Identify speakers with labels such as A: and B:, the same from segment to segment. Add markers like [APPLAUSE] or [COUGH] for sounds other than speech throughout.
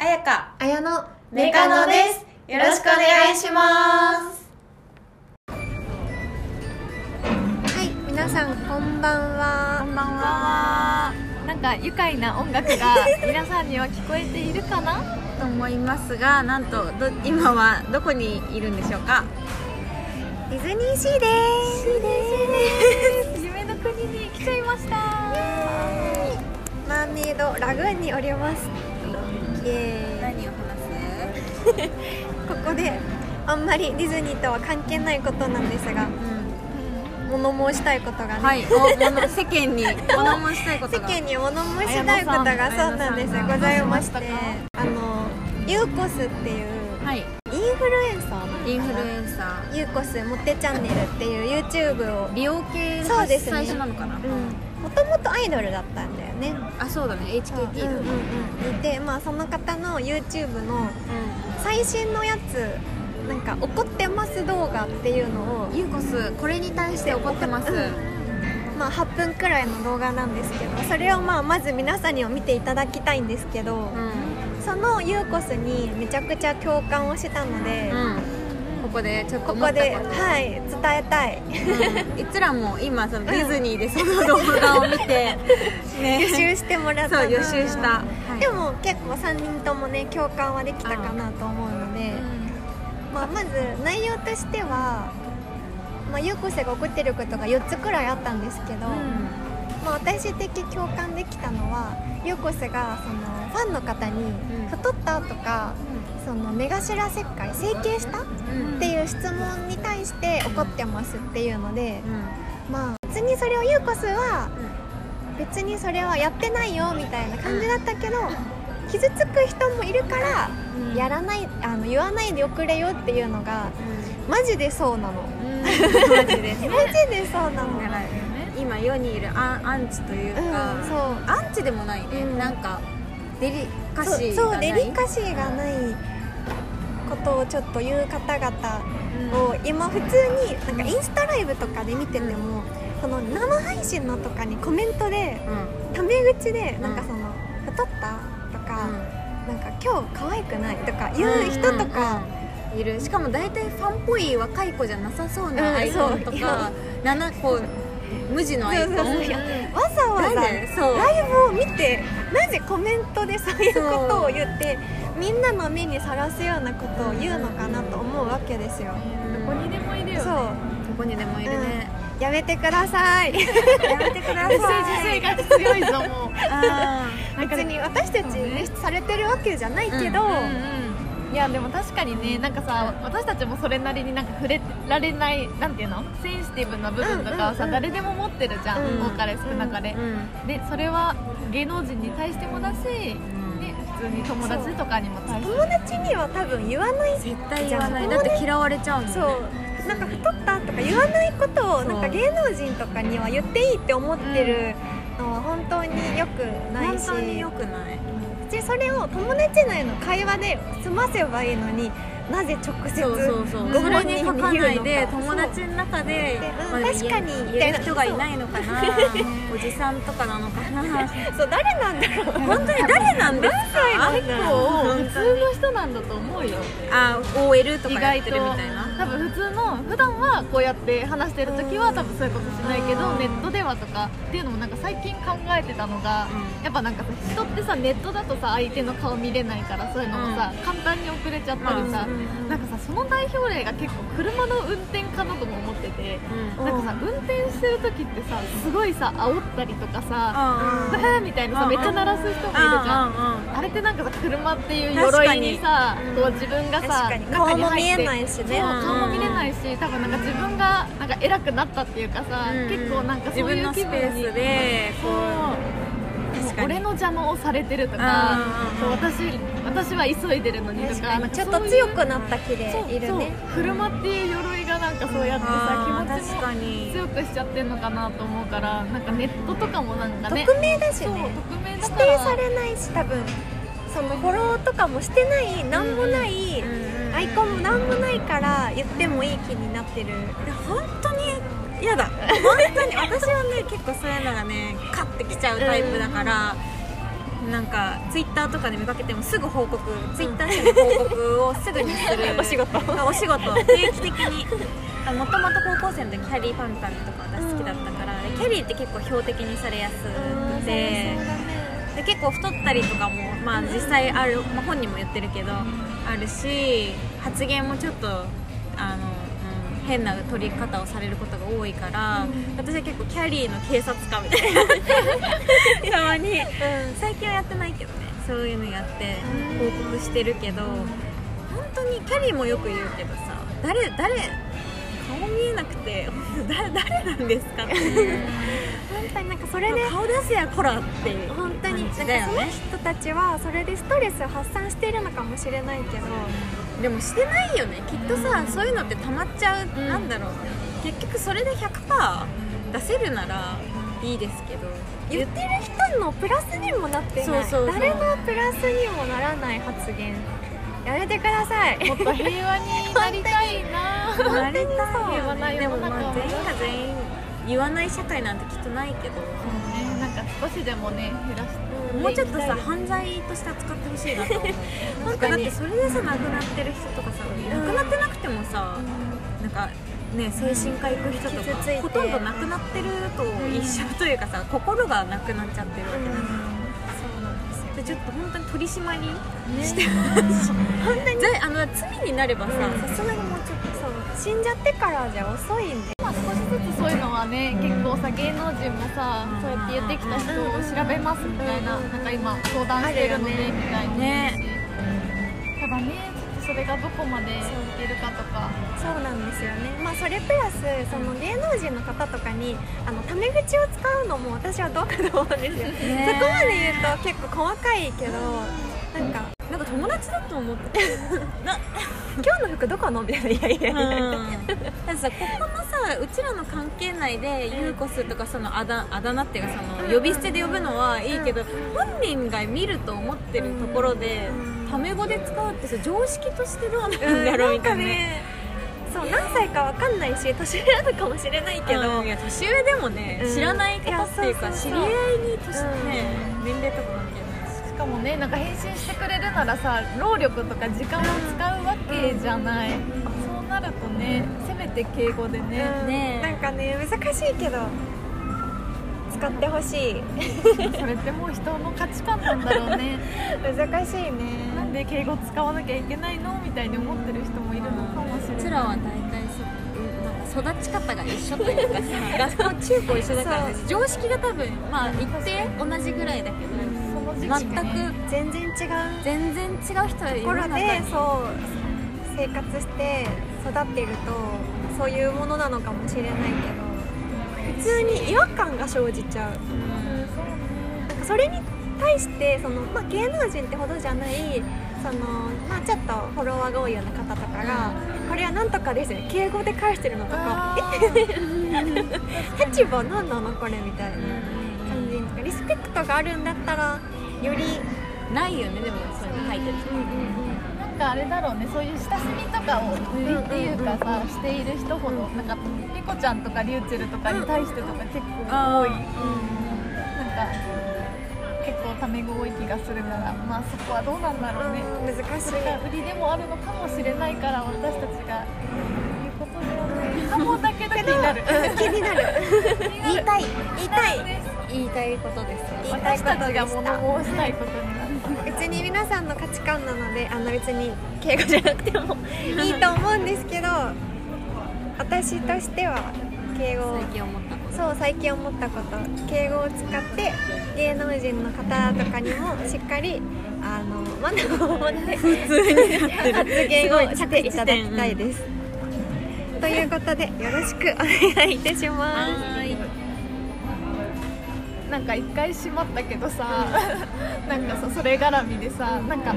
A: あやの
B: メカノですよろしくお願いします
A: はい皆さんこんばんは
C: こんばんは。なんか愉快な音楽が皆さんには聞こえているかな？
B: と思いますがなんとど今はどこにいるんでしょうか
A: ディズニーシーで [LAUGHS]
C: 夢の国に来ちゃいまし
A: す
C: た。
A: マーメイドラグーンにおりますイエ
B: 何を話す
A: ーイここであんまりディズニーとは関係ないことなんですが
B: う
A: 物申したいことがね、
B: んはいおもの [LAUGHS] 世間に物申したいこと
A: 世
B: が
A: 間に物申したいことがそうなんですよございまして
C: 綾乃さん
A: あのユーコスっていう
B: はい
A: インフルエンサーなのかな
B: インフルエンサ
A: ユーコスモテチャンネルっていう YouTube を
B: ー美容系の
A: そうですね
B: 最初なのかな
A: もともとアイドルだったんだよね
B: あそうだね HKT
A: うん
B: だ
A: うん
B: ね
A: うんでまあその方の YouTube の
B: う
A: 最新のやつなんか怒ってます動画っていうのを
B: ん、ゆうこすこれに対して怒ってます、
A: まあ8分くらいの動画なんですけどそれをまあまず皆さんにも見ていただきたいんですけど、
B: う
A: そのユーコスにめちゃくちゃ共感をしたので、
B: んここでちょっと
A: こ
B: 思
A: こ
B: った
A: で
B: こと
A: はい伝えた
B: [LAUGHS]
A: い
B: うんいつらも今そのディズニーでその動画を見
A: [LAUGHS]
B: て、
A: 予
B: ね、
A: 習してもらったな
B: そう予習した、
A: でも結構3人ともね共感はできたかなと思うので、まあ、まず内容としては、まあ、優子生が怒ってることが4つくらいあったんですけど、
B: う
A: まあ、私的共感できたのは優子生がそのファンの方に
B: うん
A: 太ったとか、その目頭切開整形したっ
B: んうん
A: ていう質問に対して怒ってますっていうので
B: う、ん
A: まあ、別にそれを優子生は
B: うん
A: 別にそれはやってないよみたいな感じだったけど傷つく人もいるから
B: うん
A: やらないあの言わないでおくれよっていうのが
B: う
A: マジでそうなの
B: んマジですね
A: マジでそうなの
B: だから今世にいるアンアンチというか、
A: うんそう
B: アンチでもないね、
A: うん
B: なんかデリカ
A: そ
B: シー
A: う
B: が
A: そ
B: な
A: う
B: い
A: デリカシーがないことをちょっと言う方々を今普通になんかインスタライブとかで見ててもその生配信のとかにコメントで
B: うんうん
A: タメ口でなんかその太ったとかなんか今日可愛くないとか言う人とか
B: いるしかも大体ファンっぽい若い子じゃなさそう
A: うん
B: なアイコンと
A: そうい
B: か
A: や、
B: 七個無地のアイコン
A: そうそうそういやわざわざ
B: なんでそう
A: ライブを見てなぜコメントでそういうことを言ってみんなの目にさらすようなことを言うのかなと思うわけですよ、
B: うん
C: どこにでもいる
A: そ
C: よ
A: う
C: ね。
B: どこにでもいるね、
A: やめてください
B: やめてくだ
C: メッセージ性が強いぞもう。なんか
A: 別に私たち
C: そうね
A: にされてるわけじゃないけど、
C: うんうんいやでも確かにねなんかさ私たちもそれなりになんか触れられないなんていうのセンシティブな部分とか
A: う
C: をさ、
A: んうんうん
C: 誰でも持ってるじゃん、
A: うん
C: 多かれ少なかれ、でそれは芸能人に対してもだし、ね、普通に友達とかにも対しても
A: 友達には多分言わない
B: 絶対言わない
A: じ
B: だ
A: ゃあ
B: って嫌われちゃうもんね
A: そうなんか太ったとか言わないことを
B: そう
A: なんか芸能人とかには言っていいって思ってるのは本当によくない
B: 本
A: し
B: 当に良くない
A: でそれを友達内の会話で済ませばいいのになぜ直接
B: そうそうそう
A: ご
B: そ
A: 本
B: れに
A: 人に
B: 書
A: 言うの
B: か
A: か
B: ないで友達の中で
A: そうでうん
B: まあ
A: 確か
B: 言え
A: にみたい
B: 言え
A: な
B: る人がいないのかなおじさんとかなのか
A: [LAUGHS]
B: な
A: そう誰なんだろう
B: 本当に誰なんですか
C: 結構普通の人なんだと思うよ
B: あ OL と
C: 意
B: かや
C: 外
B: って
C: と
B: るみたいな
C: 多分普通の普段はこうやって話してる時は多分そういうことしないけど
B: うん
C: ネットではとかっていうのもなんか最近考えてたのが、
B: うん
C: やっぱなんかさ人ってさネットだとさ相手の顔見れないからそういうのもさ、簡単に遅れちゃったりさ、なんかさその代表例が結構車の運転かなとも思ってて、
B: うん
C: なんかさ運転してる時ってさすごいさ煽ったりとかさ「
B: あ
C: ブ
B: ー
C: ー」みたいなさ
B: うん
C: めっちゃ鳴らす人もいるじゃん。
B: あ
C: あれってなんかさ車っていう
B: 確か
C: 鎧
B: に
C: にさ
A: うん
C: こう自分が
A: 確
C: さ
A: かに顔も見えないいし
C: そう
A: ね
B: うん
C: 顔も見れないし多分なんか自分がなんか偉くなったっていうかさ、
B: ーうん
C: 結構なんかそ
B: 自
C: う
B: 分
C: い
B: の
C: う
B: スペ
C: 気分に
B: ースでこ
C: そう
B: 確か
C: でも
B: に
C: 俺の邪魔をされてると
B: うん
C: か
B: うん
C: そう私私は急いでるのにと
A: 確
C: か
A: か
C: な
A: に
C: んか
A: ち
C: そ
A: ょっ
C: ういう
A: と強くなった気で
C: そう
A: いるね
C: そう車っていう鎧がなんかそうやって
B: あ
C: さ
B: ー
C: 気持ち
B: 確かに
C: も強くしちゃってんのかなと思うからなんかネットとかもなんかね
A: 匿名だし
C: そう
A: ね
C: 匿名だ
A: 指
C: から
A: 定されないし多分そのフォローとかもしてないなんもないアイコンもなんもないから言ってもいい気になってる
B: いや本当に嫌だ本当に私はね結構そういうのがねカッてきちゃうタイプだから、なんかツイッターとかで見かけてもすぐ報告ツイッターでの報告をすぐにするお仕事お仕事定期的にもともと高校生の時キャリーパンパンとか私好きだったから、でキャリーって結構標的にされやすくて、で結構太ったりとかも、まあ、実際ある、まあ、本人も言ってるけど、あるし発言もちょっとあの、うん変な取り方をされることが多いから、私は結構キャリーの警察官みたいなたまに最近はやってないけどねそういうのやって報告してるけど、本当にキャリーもよく言うけどさ誰誰顔見えなくて [LAUGHS] 誰誰なんですかっていう
A: 本当になんかそれで
B: 顔出せやこらっていう
A: 本当になん
B: 感
A: かそ
B: じだよ
A: の
B: ね
A: 人たちはそれでストレスを発散しているのかもしれないけど
B: でもしてないよねきっとさ、そういうのって溜まっちゃう、
C: ん
B: なんだろう結局それで100%出せるならいいですけど
A: 言ってる人のプラスにもなっていない
B: そうそうそう
A: 誰のプラスにもならない発言やめてください
C: もっと平和になりたいな
B: なり
C: 言わな
B: た
C: い
B: いでも
C: 世の中
B: ま
C: は
B: あ全員が全員言わない社会なんてきっとないけど、
C: そうねなんか少しでもね減らして
B: もうちょっと
C: 行
B: さ
C: きたいです
B: 犯罪として扱ってほしいなと思うなんか
A: 確か
B: だっ
A: に
B: てそれでさ亡くなってる人とかさ亡くなってなくてもさ、なんかね精神科行く人と
A: 傷
B: か
A: ついて
B: ほとんど亡くなってると一緒というかさ心がなくなっちゃってるわけだから
A: そうなんですよ
B: でちょっと本当に取り締まり
C: ね
B: して
A: 本当に
B: 罪あの罪になればさ、
A: うんさすがにもうちょっとそう死んじゃってからじゃ遅いんで
C: まあ、少しずつそういうのはね結構さ芸能人もさ
B: うん
C: そうやって言ってきた人を調べますみたいな
A: うん
C: なんか今相談してるので
A: あるよね
C: みたいな
B: ね
C: ただねちょっとそれがどこまでいけるかとか
A: そうなんですよねまあそれプラスその芸能人の方とかにあのタメ口を使うのも私はどうかと思うんですよ、
B: ね
A: そこまで言うと結構細かいけどなんか
B: なんか友達だと思ってて、
A: 「今日の服どこの?」みたいな「いやいやいやいや」
B: だってさここのさうちらの関係内でユーコスとかそのあだあだ名っていうかその呼び捨てで呼ぶのはいいけど、本人が見ると思ってるところで、タメ語で使うってさ常識としてどうなんだろうみたいな,、
A: そう何歳かわかんないし年上なのかもしれないけ
B: け
A: ど、
B: どいや年上でもね、
A: うん
B: 知らない方っていう
A: い
B: か
A: やそうそうそう
B: 知り合いに年、ね年齢とか関係ないし
C: しかもねなんか返信してくれるならさ労力とか時間を使うわけじゃない、そうなるとねせめて敬語でね、
A: うん
B: ね
A: なんかね難しいけど使ってほしい
C: それってもう人の価値観なんだろうね
A: 難しいね
C: なんで敬語使わなきゃいけないのみたいに思ってる人もいるのかもしれ
B: う
C: ない
B: ちらは大体そなんか育ち方が一緒というかさ学校中高一緒だからね常識が多分まあ一定同じぐらいだけど
C: その時期
B: 全
C: ね
B: く
A: 全然違う
B: 全然違う人はい
A: と
B: る
A: こ
B: の
A: ろ
B: 中
A: で
B: に
A: そう生活して育っているとそういうものなのかもしれないけど普通に違和感が生じちゃうなんかそれに対してその、まあ、芸能人ってほどじゃないその、まあ、ちょっとフォロワーが多いような方とかが「これはなんとかですよ」敬語で返してるのとか
C: あー
A: 「 [LAUGHS] 立場何なのこれ」みたいな感じとかリスペクトがあるんだったらより
B: ないよねでもそういうの書いてる人
C: なんかあれだろうねそういう親しみとかをっていうかさしている人ほどなんかリコちゃんとかリューチェルとかに対してとか結構多い、
B: うん
C: なんか結構タメ語多い気がするからまあそこはどうなんだろうね、
A: うん難し
C: それが
A: い。
C: 売りでもあるのかもしれないから私たちが言うことではないかもだけど気になる
A: 気になる言いたい言いたい
B: 言いたいことですよ
A: 言いたい
C: 私
A: こ
C: た
A: と
C: ち
A: で
C: が
A: した
C: 物申したいことになる
A: 別に皆さんの価値観なのであの別に敬語じゃなくてもいいと思うんですけど私としては敬語を
B: 最近思ったこと
A: そう最近思ったこと敬語を使って芸能人の方とかにもしっかりあのマナーを持って
B: 普通になってる
A: 発言をしていただきたいです。ということでよろしくお願いいたします。
B: はーい
C: なんか一回閉まったけどさ、 [LAUGHS] なんかさそれ絡みでさなんか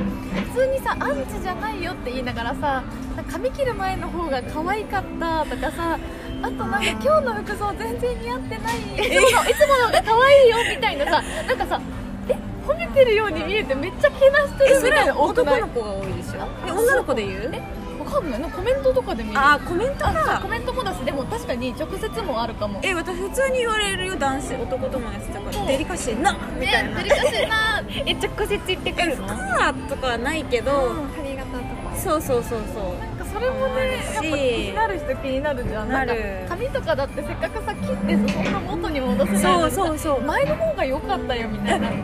C: 普通にさアンチじゃないよって言いながらさなんか髪切る前の方が可愛かったとかさあとなんか今日の服装全然似合って [LAUGHS] ないいつもいつもの方が可愛いよみたいなさなんかさえ褒めてるように見えてめっちゃけなしてるみたいな
B: 男
C: 男
B: の
C: の
B: 子が多いでしょえ女の子で言う
C: 子かんないなんかコメントとかで見る
B: あーコメント
C: あそう
B: か
C: コメントもだしでも確かに直接もあるかも
B: え私普通に言われるよ男子男友達とか
C: うん
B: デリカシーなみたいな
C: ねデリカシー [LAUGHS] な
A: え直接言ってく
B: え
A: る
B: カ
A: の
B: ーとかはないけど、
A: ありがとうとか
B: そうそうそうそう
C: なんかそれもねやっぱ気になる人気になるじゃん
B: なる
C: んか髪とかだってせっかくさ切ってそんな元に戻せない
B: そ
C: の
B: う
C: に
B: そうそう
C: 前の方が良かったよみたいな
A: [LAUGHS]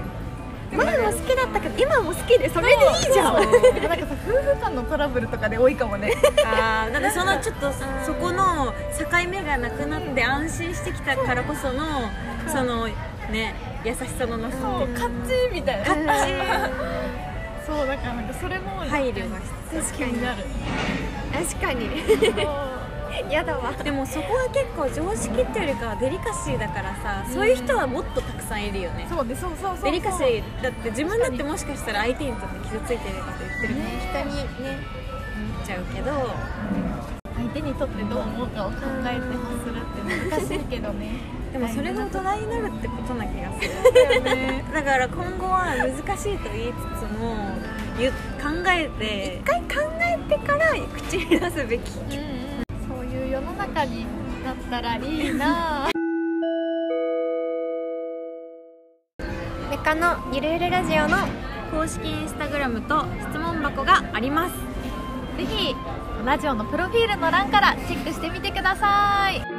A: 前も好きだったけど今も好きでそれでいいじゃん
C: そうそうなんかさ夫婦間のトラブルとかで多いかもね
B: あーなんかそのちょっとそこの境目がなくなって安心してきたからこそのそのね優しさのなさ
C: そうカッチーみたいな
A: カッチ
C: そうだからなんかそれも
B: 配慮が必
A: 確
C: 気
A: か
C: に
A: に
C: なる
A: 確かに [LAUGHS]
C: そう
A: やだわ
B: 要でもそこは結構常識っていうよりかはデリカシーだからさそういう人はもっとたくさんいるよね
C: そうねそうそうそうそう
B: デリカシーだって自分だってもしかしたら相手にとって傷ついてるかって言ってるか
A: 人にね
B: 思っちゃうけど
C: 相手にとってどう思うかを考えて発するって難しいけどね
B: でもそれが大人になるってことな気がする
C: だよね
B: だから今後は難しいと言いつつもゆ考えて
A: 一回考えてから口に出すべき
C: そういう世の中になったらいい [LAUGHS] なぁ
A: メカのゆるゆるラジオの
B: 公式インスタグラムと質問箱があります
C: ぜひラジオのプロフィールの欄からチェックしてみてください